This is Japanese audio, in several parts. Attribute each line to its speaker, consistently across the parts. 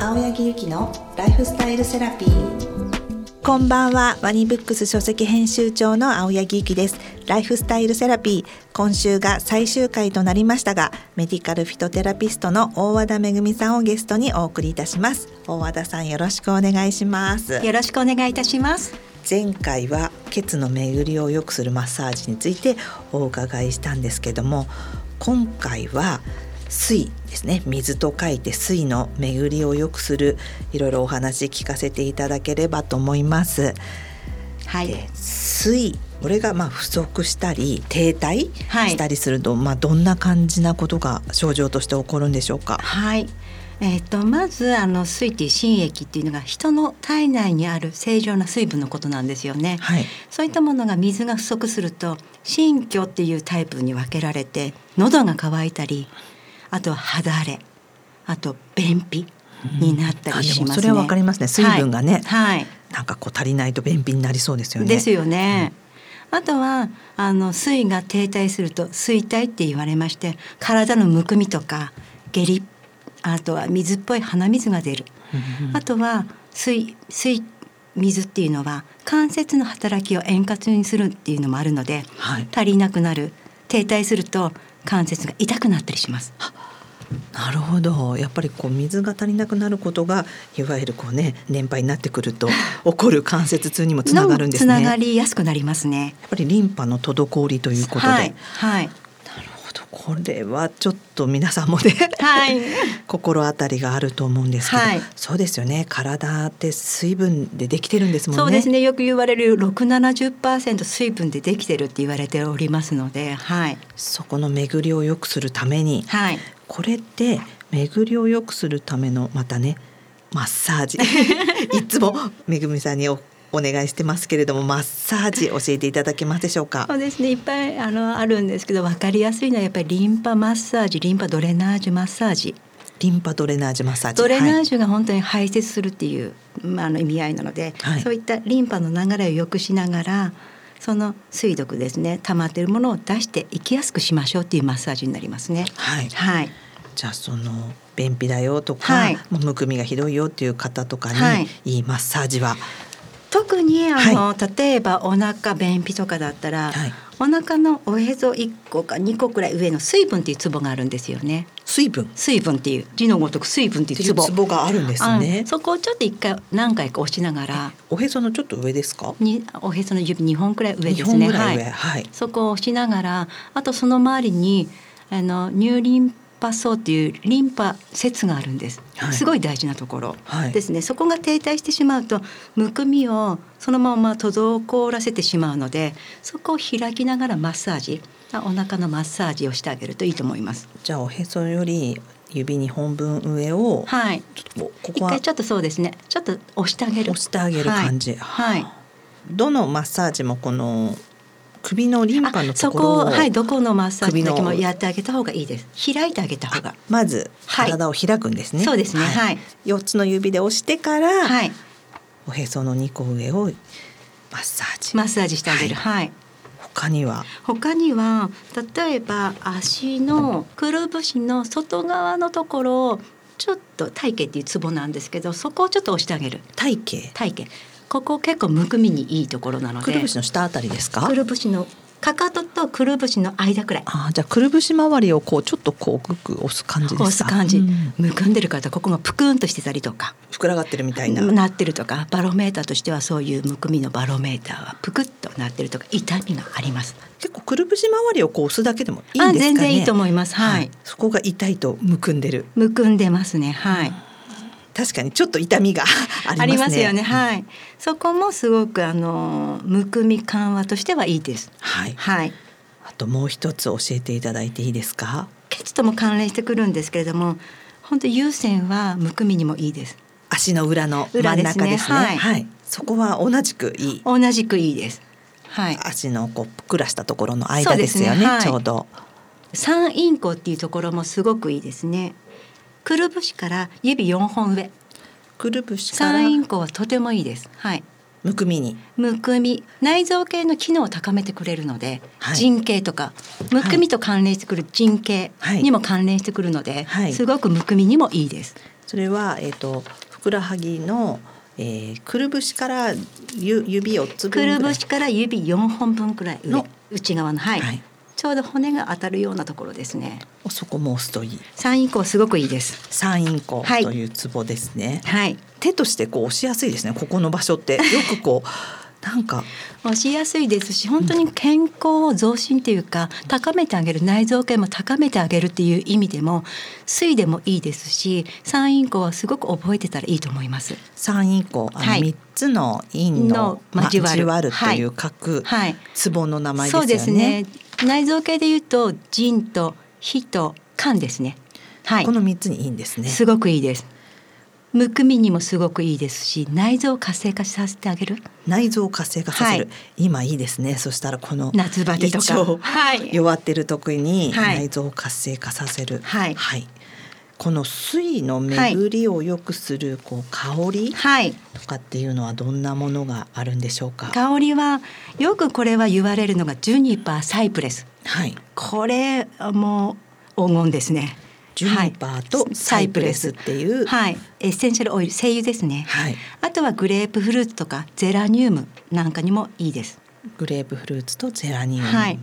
Speaker 1: 青柳ゆきのライフスタイルセラピーこんばんはワニブックス書籍編集長の青柳ゆきですライフスタイルセラピー今週が最終回となりましたがメディカルフィトテラピストの大和田恵さんをゲストにお送りいたします大和田さんよろしくお願いします
Speaker 2: よろしくお願いいたします
Speaker 1: 前回は血の巡りを良くするマッサージについてお伺いしたんですけども今回は水ですね水と書いて水の巡りを良くするいろいろお話聞かせていただければと思います。
Speaker 2: はい、
Speaker 1: 水これがまあ不足したり停滞したりすると、はい、まあどんな感じなことが症状として起こるんでしょうか。
Speaker 2: はいえーと、とまずあの水っていう心液っていうのが人の体内にある正常な水分のことなんですよね、
Speaker 1: はい、
Speaker 2: そういったものが水が不足すると心虚っていうタイプに分けられて喉が渇いたりあとは肌荒れあと便秘になったりします、ねうん、
Speaker 1: それはわかりますね水分がね、
Speaker 2: はい、はい、
Speaker 1: なんかこう足りないと便秘になりそうですよね。
Speaker 2: ですよね。うんあとはあの水が停滞すると衰退って言われまして体のむくみとか下痢あとは水っぽい鼻水が出る、あとは水水水っていうのは関節の働きを円滑にするっていうのもあるので、
Speaker 1: はい、
Speaker 2: 足りなくなる停滞すると関節が痛くなったりします。
Speaker 1: なるほどやっぱりこう水が足りなくなることがいわゆるこうね年配になってくる と起こる関節痛にもつながるんですね。
Speaker 2: つながりやすくなりますね。、
Speaker 1: やっぱりリンパの滞りということで。はい
Speaker 2: はい、な
Speaker 1: るほどこれはちょっと皆さん もね、
Speaker 2: はい、
Speaker 1: 心当たりがあると思うんですけど、
Speaker 2: はい、
Speaker 1: そうですよね体って水分でできてるんですもんね。
Speaker 2: そうですねよく言われる670%水分でできてるって言われておりますので、はい、
Speaker 1: そこの巡りを良くするために、
Speaker 2: はい、
Speaker 1: これって巡りを良くするためのまたねマッサ ージいつもめぐみさんにお願いしてますけれどもマッサージ教えていただけますでしょうか
Speaker 2: そうですねいっぱいあのあるんですけど分かりやすいのはやっぱりリンパマッサージリンパドレナージュマッサージ
Speaker 1: リンパドレナージュマッサージ
Speaker 2: ドレナージュが本当に排泄するっていう、まあ、あの意味合いなので、
Speaker 1: はい、
Speaker 2: そういったリンパの流れを良くしながらその水毒ですね溜まっているものを出していきやすくしましょうっていうマッサージになりますね。
Speaker 1: はい、
Speaker 2: はい
Speaker 1: じゃあその便秘だよとか、
Speaker 2: はい、
Speaker 1: むくみがひどいよっていう方とかにいいマッサージは、はい、
Speaker 2: 特にあの、はい、例えばお腹便秘とかだったら、はい、お腹のおへそ1個か2個くらい上の水分っていうツボがあるんですよね。
Speaker 1: 水分
Speaker 2: 水分っていう字のごとく水分っていうツボ
Speaker 1: ツボがあるんですね、
Speaker 2: そこをちょっと一回何回か押しながら
Speaker 1: おへそのちょっと上ですか
Speaker 2: におへその指2本くらい上ですね
Speaker 1: はい、はい、
Speaker 2: そこを押しながらあとその周りにあの乳輪パ層っていうリンパ節があるんです、
Speaker 1: はい、
Speaker 2: すごい大事なところ
Speaker 1: です
Speaker 2: ね、はい、そこが停滞してしまうとむくみをそのまま滞らせてしまうのでそこを開きながらマッサージお腹のマッサージをしてあげるといいと思います
Speaker 1: じゃあおへそより指2本分上を
Speaker 2: はい
Speaker 1: ここ
Speaker 2: 一回ちょっとそうですねちょっと押してあげる
Speaker 1: 押してあげる感じ、
Speaker 2: はい、はい、
Speaker 1: どのマッサージもこの首のリンパの
Speaker 2: そこはいどこのマッサージの時もやってあげた方がいいです開いてあげた方が
Speaker 1: まず体を開くんですね、
Speaker 2: はい、そうですねはい、
Speaker 1: 4つの指で押してから、
Speaker 2: はい、
Speaker 1: おへその2個上をマッサージ
Speaker 2: マッサージしてあげるはい、はい、
Speaker 1: 他には
Speaker 2: 他には例えば足のくるぶしの外側のところをちょっと体形っていうツボなんですけどそこをちょっと押してあげる
Speaker 1: 体形
Speaker 2: 体形ここ結構むくみにいいところなので。
Speaker 1: くるぶしの下あたりですか。
Speaker 2: くるぶしのかかととくるぶしの間くらい。
Speaker 1: あじゃあくるぶし周りをこうちょっとこうグッグ押す感じ押
Speaker 2: す感じ。むくんでる方ここがぷくんとしてたりとか。
Speaker 1: 膨らがってるみたいな。
Speaker 2: なってるとかバロメーターとしてはそういうむくみのバロメーターはぷくっとなってるとか痛みがあります。
Speaker 1: 結構くるぶし周りをこう押すだけでもいいんですか、ね、
Speaker 2: 全然いいと思います。はい、はい、
Speaker 1: そこが痛いとむくんでる。
Speaker 2: むくんでますね。はい。
Speaker 1: 確かにちょっと痛みが あります、
Speaker 2: ね、よね。はい。そこもすごくあのむくみ緩和としてはいいです。
Speaker 1: はい。
Speaker 2: はい。
Speaker 1: あともう一つ教えていただいていいですか。
Speaker 2: 血とも関連してくるんですけれども、本当優先はむくみにもいいです。
Speaker 1: 足の裏の真ん中ですね。
Speaker 2: すねはい、
Speaker 1: はい。そこは同じくいい。
Speaker 2: 同じくいいです。はい。
Speaker 1: 足のこうぷくらしたところの間ですよね。ねはい、ちょうど。
Speaker 2: 三陰交っていうところもすごくいいですね。くるぶしから指4本上
Speaker 1: くるぶし
Speaker 2: 三陰交はとてもいいですはい
Speaker 1: むくみに
Speaker 2: むくみ内臓系の機能を高めてくれるので、はい、腎系とかむくみと関連してくる腎系にも関連してくるので、
Speaker 1: はい、
Speaker 2: すごくむくみにもいいです、
Speaker 1: それは、えー、とふくらはぎの、えーくるぶしからゆ指4つ分
Speaker 2: く
Speaker 1: ぐらい
Speaker 2: るぶしから指四本分くらい上
Speaker 1: の
Speaker 2: 内側のはい、
Speaker 1: はい
Speaker 2: ちょうど骨が当たるようなところですね
Speaker 1: をそこも押すといい
Speaker 2: 三以降すごくいいです
Speaker 1: 三陰交
Speaker 2: はい
Speaker 1: というツボですね、
Speaker 2: はい
Speaker 1: 手としてこう押しやすいですねここの場所ってよくこうなんか
Speaker 2: 押しやすいですし本当に健康を増進っていうか高めてあげる内臓系も高めてあげるっていう意味でも水でもいいですし三陰交はすごく覚えてたらいいと思います
Speaker 1: 三陰交あの
Speaker 2: はい
Speaker 1: 3つの陰の
Speaker 2: の交わる
Speaker 1: 交わるという書く
Speaker 2: はい
Speaker 1: ツボの名前です
Speaker 2: そ
Speaker 1: よ
Speaker 2: う
Speaker 1: ね。
Speaker 2: ですね内臓系で言うと腎と脾と肝ですねはい
Speaker 1: この3つにいいんですね。
Speaker 2: すごくいいですむくみにもすごくいいですし内臓を活性化させてあげる
Speaker 1: 内臓を活性化させる、
Speaker 2: はい
Speaker 1: 今いいですねそしたらこの
Speaker 2: 夏バテと
Speaker 1: 胃腸
Speaker 2: かはい
Speaker 1: 弱ってる時に
Speaker 2: はい
Speaker 1: 内臓を活性化させる、
Speaker 2: はい
Speaker 1: この水の巡りを良くするこう香り
Speaker 2: はい
Speaker 1: とかっていうのはどんなものがあるんでしょうか。
Speaker 2: 香りはよくこれは言われるのがジュニパーサイプレス
Speaker 1: はい、
Speaker 2: これも黄金ですね
Speaker 1: ジュニパーとサイプレスっていう、
Speaker 2: はい、はいエッセンシャルオイル精油ですね、
Speaker 1: はい
Speaker 2: あとはグレープフルーツとかゼラニウムなんかにもいいです
Speaker 1: グレープフルーツとゼラニウム、
Speaker 2: はい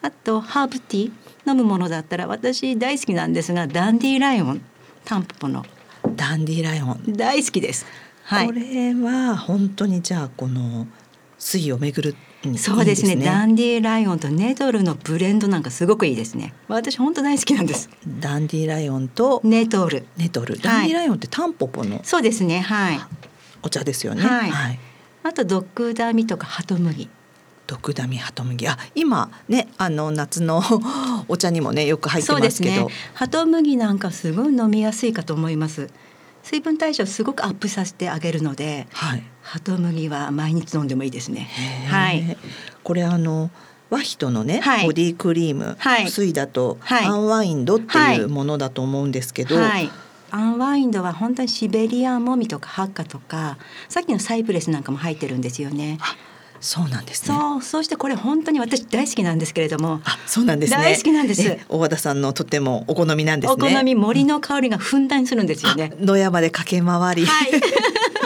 Speaker 2: あとハーブティー飲むものだったら私大好きなんですがダンディライオンタンポポの
Speaker 1: ダンディライオン、
Speaker 2: 大好きですは
Speaker 1: こ
Speaker 2: い
Speaker 1: れは本当にじゃあこの水を巡るにいいん
Speaker 2: そうですねダンディライオンとネトルのブレンドなんかすごくいいですね私本当大好きなんです
Speaker 1: ダンディライオンと
Speaker 2: ネトル
Speaker 1: ネトル、
Speaker 2: い
Speaker 1: ダンディライオンってタンポポの
Speaker 2: そうですねはい
Speaker 1: お茶ですよね。
Speaker 2: はいあとドッグダミとかハトムギ
Speaker 1: 毒ダミハトムギあ今ねあの夏の お茶にもねよく入って
Speaker 2: そう
Speaker 1: ま
Speaker 2: ですす
Speaker 1: け
Speaker 2: ね
Speaker 1: ど
Speaker 2: ハトムギなんかすごい飲みやすいかと思います水分代謝をすごくアップさせてあげるので
Speaker 1: はい
Speaker 2: ハトムギは毎日飲んでもいいですね
Speaker 1: へー
Speaker 2: はい
Speaker 1: これあの和人のね、
Speaker 2: はい
Speaker 1: ボディクリーム、
Speaker 2: はい
Speaker 1: 水だと、
Speaker 2: はい
Speaker 1: アンワインドって
Speaker 2: はいいう
Speaker 1: ものだと思うんですけど、
Speaker 2: はいアンワインドは本当にシベリアンモミとかハッカとかさっきのサイプレスなんかも入ってるんですよね
Speaker 1: あそうなんですね。
Speaker 2: そう、そしてこれ本当に私大好きなんですけれども、
Speaker 1: あそうなんですね。
Speaker 2: 大好きなんです
Speaker 1: え大和田さんのとてもお好みなんですね。
Speaker 2: お好み森の香りがふんだんにするんですよ
Speaker 1: あ
Speaker 2: ね。
Speaker 1: 野山で駆け回り、
Speaker 2: はい、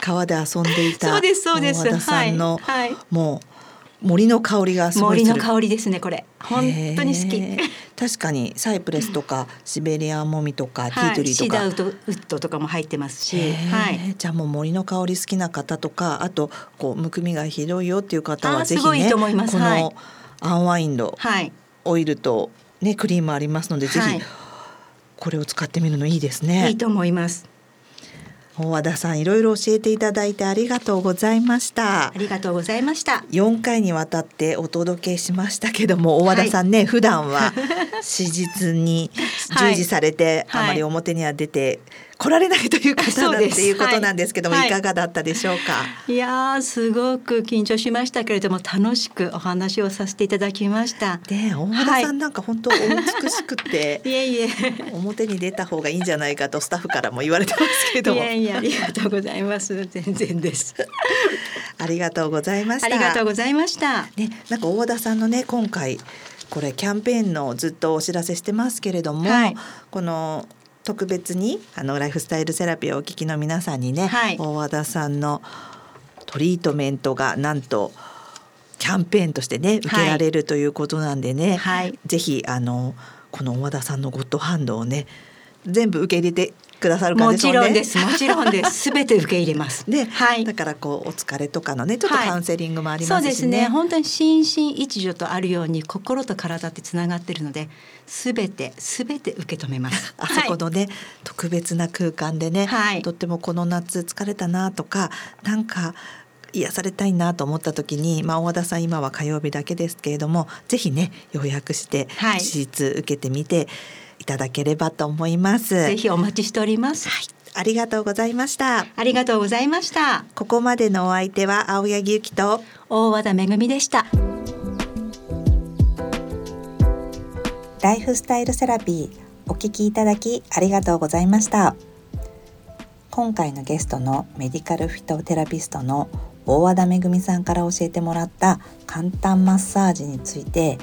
Speaker 1: 川で遊んでいた
Speaker 2: そうですそうです
Speaker 1: 大和田さんの、
Speaker 2: はいはい
Speaker 1: もう森の香りがすごい
Speaker 2: 森
Speaker 1: する
Speaker 2: の香りですねこれ。本当に好
Speaker 1: へー
Speaker 2: き。
Speaker 1: 確かにサイプレスとかシベリアンモミとかティー
Speaker 2: は
Speaker 1: ト
Speaker 2: い、
Speaker 1: リー
Speaker 2: シ
Speaker 1: とか、
Speaker 2: ダウトウッドとかも入ってますし、
Speaker 1: へー
Speaker 2: はい。
Speaker 1: じゃあもう森の香り好きな方とかあとこうむくみがひどいよっていう方
Speaker 2: あ
Speaker 1: は
Speaker 2: ー
Speaker 1: ぜひ
Speaker 2: すごいい
Speaker 1: ね
Speaker 2: いと
Speaker 1: こ
Speaker 2: 思いますはい
Speaker 1: のアンワインド、
Speaker 2: はい。
Speaker 1: オイルと、ね、クリームありますので、
Speaker 2: は
Speaker 1: ぜ
Speaker 2: い
Speaker 1: ひこれを使ってみるのいいですね。
Speaker 2: いいと思います。
Speaker 1: 大和田さんいろいろ教えていただいてありがとうございました
Speaker 2: ありがとうございました。
Speaker 1: 4回にわたってお届けしましたけども大和田さんね、普段 は史実に従事されて、
Speaker 2: は
Speaker 1: あ
Speaker 2: い
Speaker 1: まり表には出て来られないという方
Speaker 2: そ
Speaker 1: だ
Speaker 2: う
Speaker 1: って
Speaker 2: です
Speaker 1: いうことなんですけども、
Speaker 2: はい
Speaker 1: い、かがだったでしょうか、
Speaker 2: いやーすごく緊張しましたけれども楽しくお話をさせていただきました。
Speaker 1: で大和田さんなんか本当お美しくて、
Speaker 2: いえいえ。
Speaker 1: 表に出た方がいいんじゃないかとスタッフからも言われてますけど
Speaker 2: い
Speaker 1: も
Speaker 2: えいえありがとうございます。全然です。
Speaker 1: ありがとうございました
Speaker 2: ありがとうございました。
Speaker 1: ね、なんか大和田さんのね今回これキャンペーンのずっとお知らせしてますけれども、
Speaker 2: はい
Speaker 1: この特別にあのライフスタイルセラピーをお聞きの皆さんにね、
Speaker 2: はい
Speaker 1: 大和田さんのトリートメントがなんとキャンペーンとしてね受けられるということなんでね、
Speaker 2: はい
Speaker 1: ぜひあのこの大和田さんのゴッドハンドをね全部受け入れてくださる感
Speaker 2: も
Speaker 1: じでしょ
Speaker 2: ち
Speaker 1: うね。
Speaker 2: ろんです。もちろんです。すべて受け入れます。
Speaker 1: ね
Speaker 2: はい
Speaker 1: だ。からこうお疲れとかのねちょっと
Speaker 2: はい
Speaker 1: カウンセリングもあり
Speaker 2: そう
Speaker 1: ます
Speaker 2: で
Speaker 1: し
Speaker 2: す
Speaker 1: ね。
Speaker 2: ね。本当に心身一助とあるように心と体ってつながってるので、すべてすべて受け止めま す。
Speaker 1: あそこのね、特別な空間でね、
Speaker 2: はい
Speaker 1: とってもこの夏疲れたなとかなんか癒されたいなと思った時に、まあ、大和田さん今は火曜日だけですけれどもぜひね予約して
Speaker 2: はい
Speaker 1: 手術受けてみていただければと思います。
Speaker 2: はい、ぜひお待ちしております。
Speaker 1: ありがとうございました。
Speaker 2: ありがとうございました。
Speaker 1: ここまでのお相手は青柳ゆきと
Speaker 2: 大和田めぐみでした。
Speaker 1: ライフスタイルセラピーお聞きいただきありがとうございました今回のゲストのメディカルフィトテラピストの大和田めぐみさんから教えてもらった簡単マッサージについて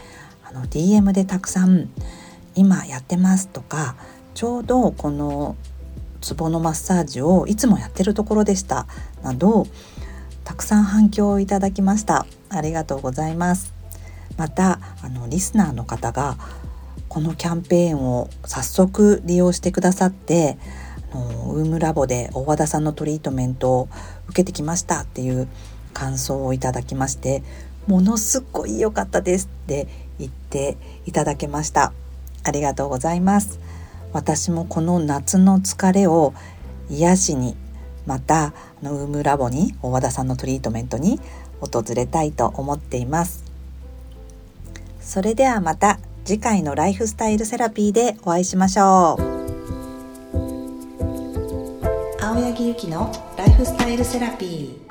Speaker 1: あの DM でたくさん今やってますとかちょうどこのツボのマッサージをいつもやってるところでしたなどたくさん反響をいただきましたありがとうございますまたあのリスナーの方がこのキャンペーンを早速利用してくださってあのウームラボで大和田さんのトリートメントを受けてきましたっていう感想をいただきましてものすごい良かったですって言っていただけましたありがとうございます私もこの夏の疲れを癒しにまたあのウームラボに大和田さんのトリートメントに訪れたいと思っていますそれではまた次回のライフスタイルセラピーでお会いしましょう
Speaker 3: 青柳ゆきのライフスタイルセラピー